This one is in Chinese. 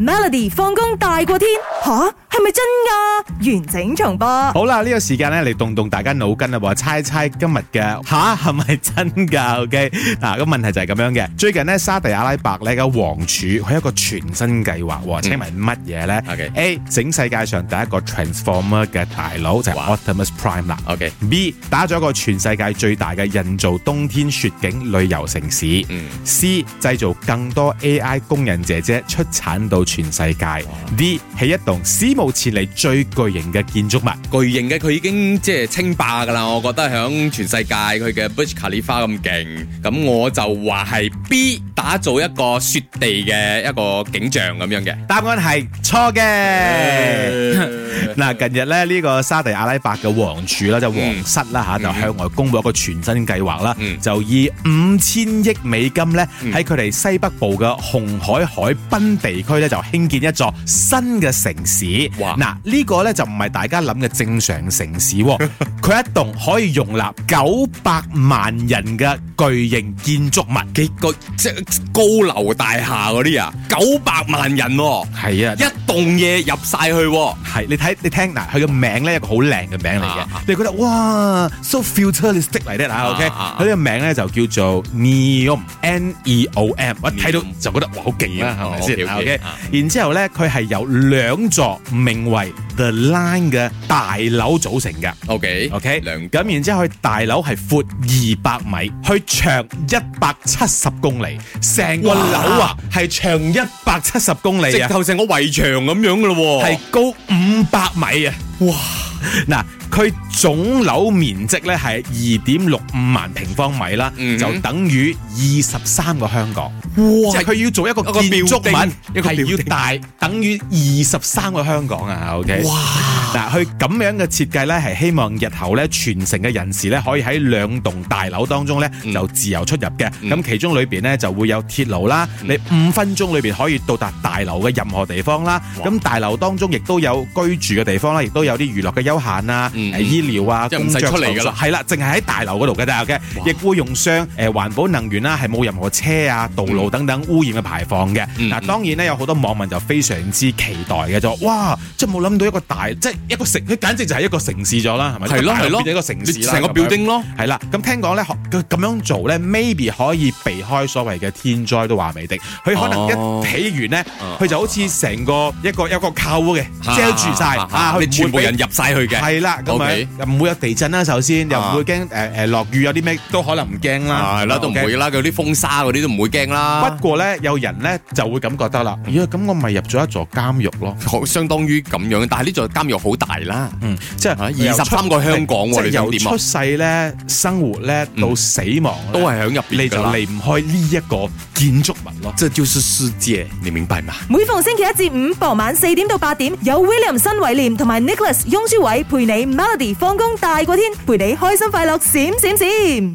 Melody 放工大過天吓，係咪真㗎？完整重播。好啦，呢、個時間咧嚟動動大家腦筋啦，話猜猜今日嘅吓係咪真㗎？OK，嗱個問題就係咁樣嘅。最近呢，沙地阿拉伯呢嘅王儲佢有一個全新計劃喎，請問乜嘢呢 OK a 整世界上第一個 Transformer 嘅大佬就係 Optimus Prime 啦。 OK， B 打造一個全世界最大嘅人造冬天雪景旅遊城市。嗯 C 製造更多 AI 工人姐姐出產到全世界。D 起一棟史無前例最巨型嘅建築物。巨型嘅佢已經即係稱霸㗎啦，我覺得響全世界佢嘅 Burj Khalifa 咁勁，咁我就話係 B 打造一個雪地嘅一個景象咁樣嘅。答案係錯嘅。嗱，近日咧呢個沙地阿拉伯嘅王儲啦，就皇室啦嚇，就向外公布一個全新計劃啦，嗯就以五千億美金咧喺佢哋西北部嘅紅海海濱地區咧就興建一座新嘅城市。哇嗱，呢個咧就唔係大家諗嘅正常城市喎，佢一棟可以容納九百萬人嘅巨型建築物。幾 個即係高樓大廈嗰啲啊，九百萬人喎、係啊一棟嘢入晒去喎、係，你睇你聽嗱，佢嘅名咧一個好靚嘅名嚟嘅啊啊，你覺得哇，so futuristic 嚟的啦啊，OK，啊佢呢個名咧就叫做 Neom，N E O M，我一睇到 Neom 就覺得哇好勁啦，係咪先哦，OK，OK， ？OK，啊然之後咧佢係由兩座名為 The Line 嘅大樓組成嘅。 O K OK，兩咁然之後佢大樓係闊二百米，佢長一百七十公里，成個哇樓啊係長一百七十公里直啊！頭成個圍牆咁樣噶咯喎，係高五百米啊！哇！嗱，佢總樓面積咧係二點六五萬平方米啦，嗯就等於二十三個香港。即係佢要做一個一個建築物 building，一個係要 building 大，等於二十三個香港啊！OK。哇！嗱，佢咁樣嘅設計咧，係希望日後咧全城嘅人士咧，可以喺兩棟大樓當中咧嗯就自由出入嘅。咁、嗯其中裏邊咧就會有鐵路啦，你五分鐘裏邊可以到達大樓嘅任何地方啦。哇咁大樓當中亦都有居住嘅地方啦，亦都有啲娛樂嘅休閒啊、嗯誒醫療啊、即係唔使工作出嚟㗎場啦所係啦，淨係喺大樓嗰度嘅啫嘅，亦會用上誒環保能源啦，係冇任何車啊、道路等等污染嘅排放嘅。嗯嗱，嗯當然咧有好多網民就非常之期待嘅，就話哇，即係冇諗到一個大，即係一個城，佢簡直就係一個城市咗啦，係咪？係咯大陸係咯變咗一個城市你啦，成個咁樣 building 咯。係啦，咁聽講咧，佢咁樣做咧，maybe 可以避開所謂嘅天災都話未定。佢可能哦一起完咧，啊佢就好似成個一個一個扣嘅遮住晒啊啊，佢唔會你全部俾人入晒去嘅，係啦，咁啊 OK 啊樣又唔會有地震啦，首先又唔會驚誒誒落雨有啲咩都可能唔驚啦，係啦，都啊唔 OK 會啦，嗰啲風沙嗰啲都唔會驚啦不。過咧，有人咧就會咁覺得嗯啦，咦，咁我咪入咗一座監獄咯。好相當於咁樣，但係呢座監獄好大啦，嗯，即係啊23個香港喎即係你想由點啊嗯出世咧、生活咧到死亡呢都係響入邊你噶就啦。離唔開呢一個建築物咯。這就是世界，你明白嗎？每逢星期一至五傍晚四點到八點，有 William 新偉廉同埋 Nicholas 雍舒偉陪你 Melody 放工大過天，陪你開心快樂閃閃閃。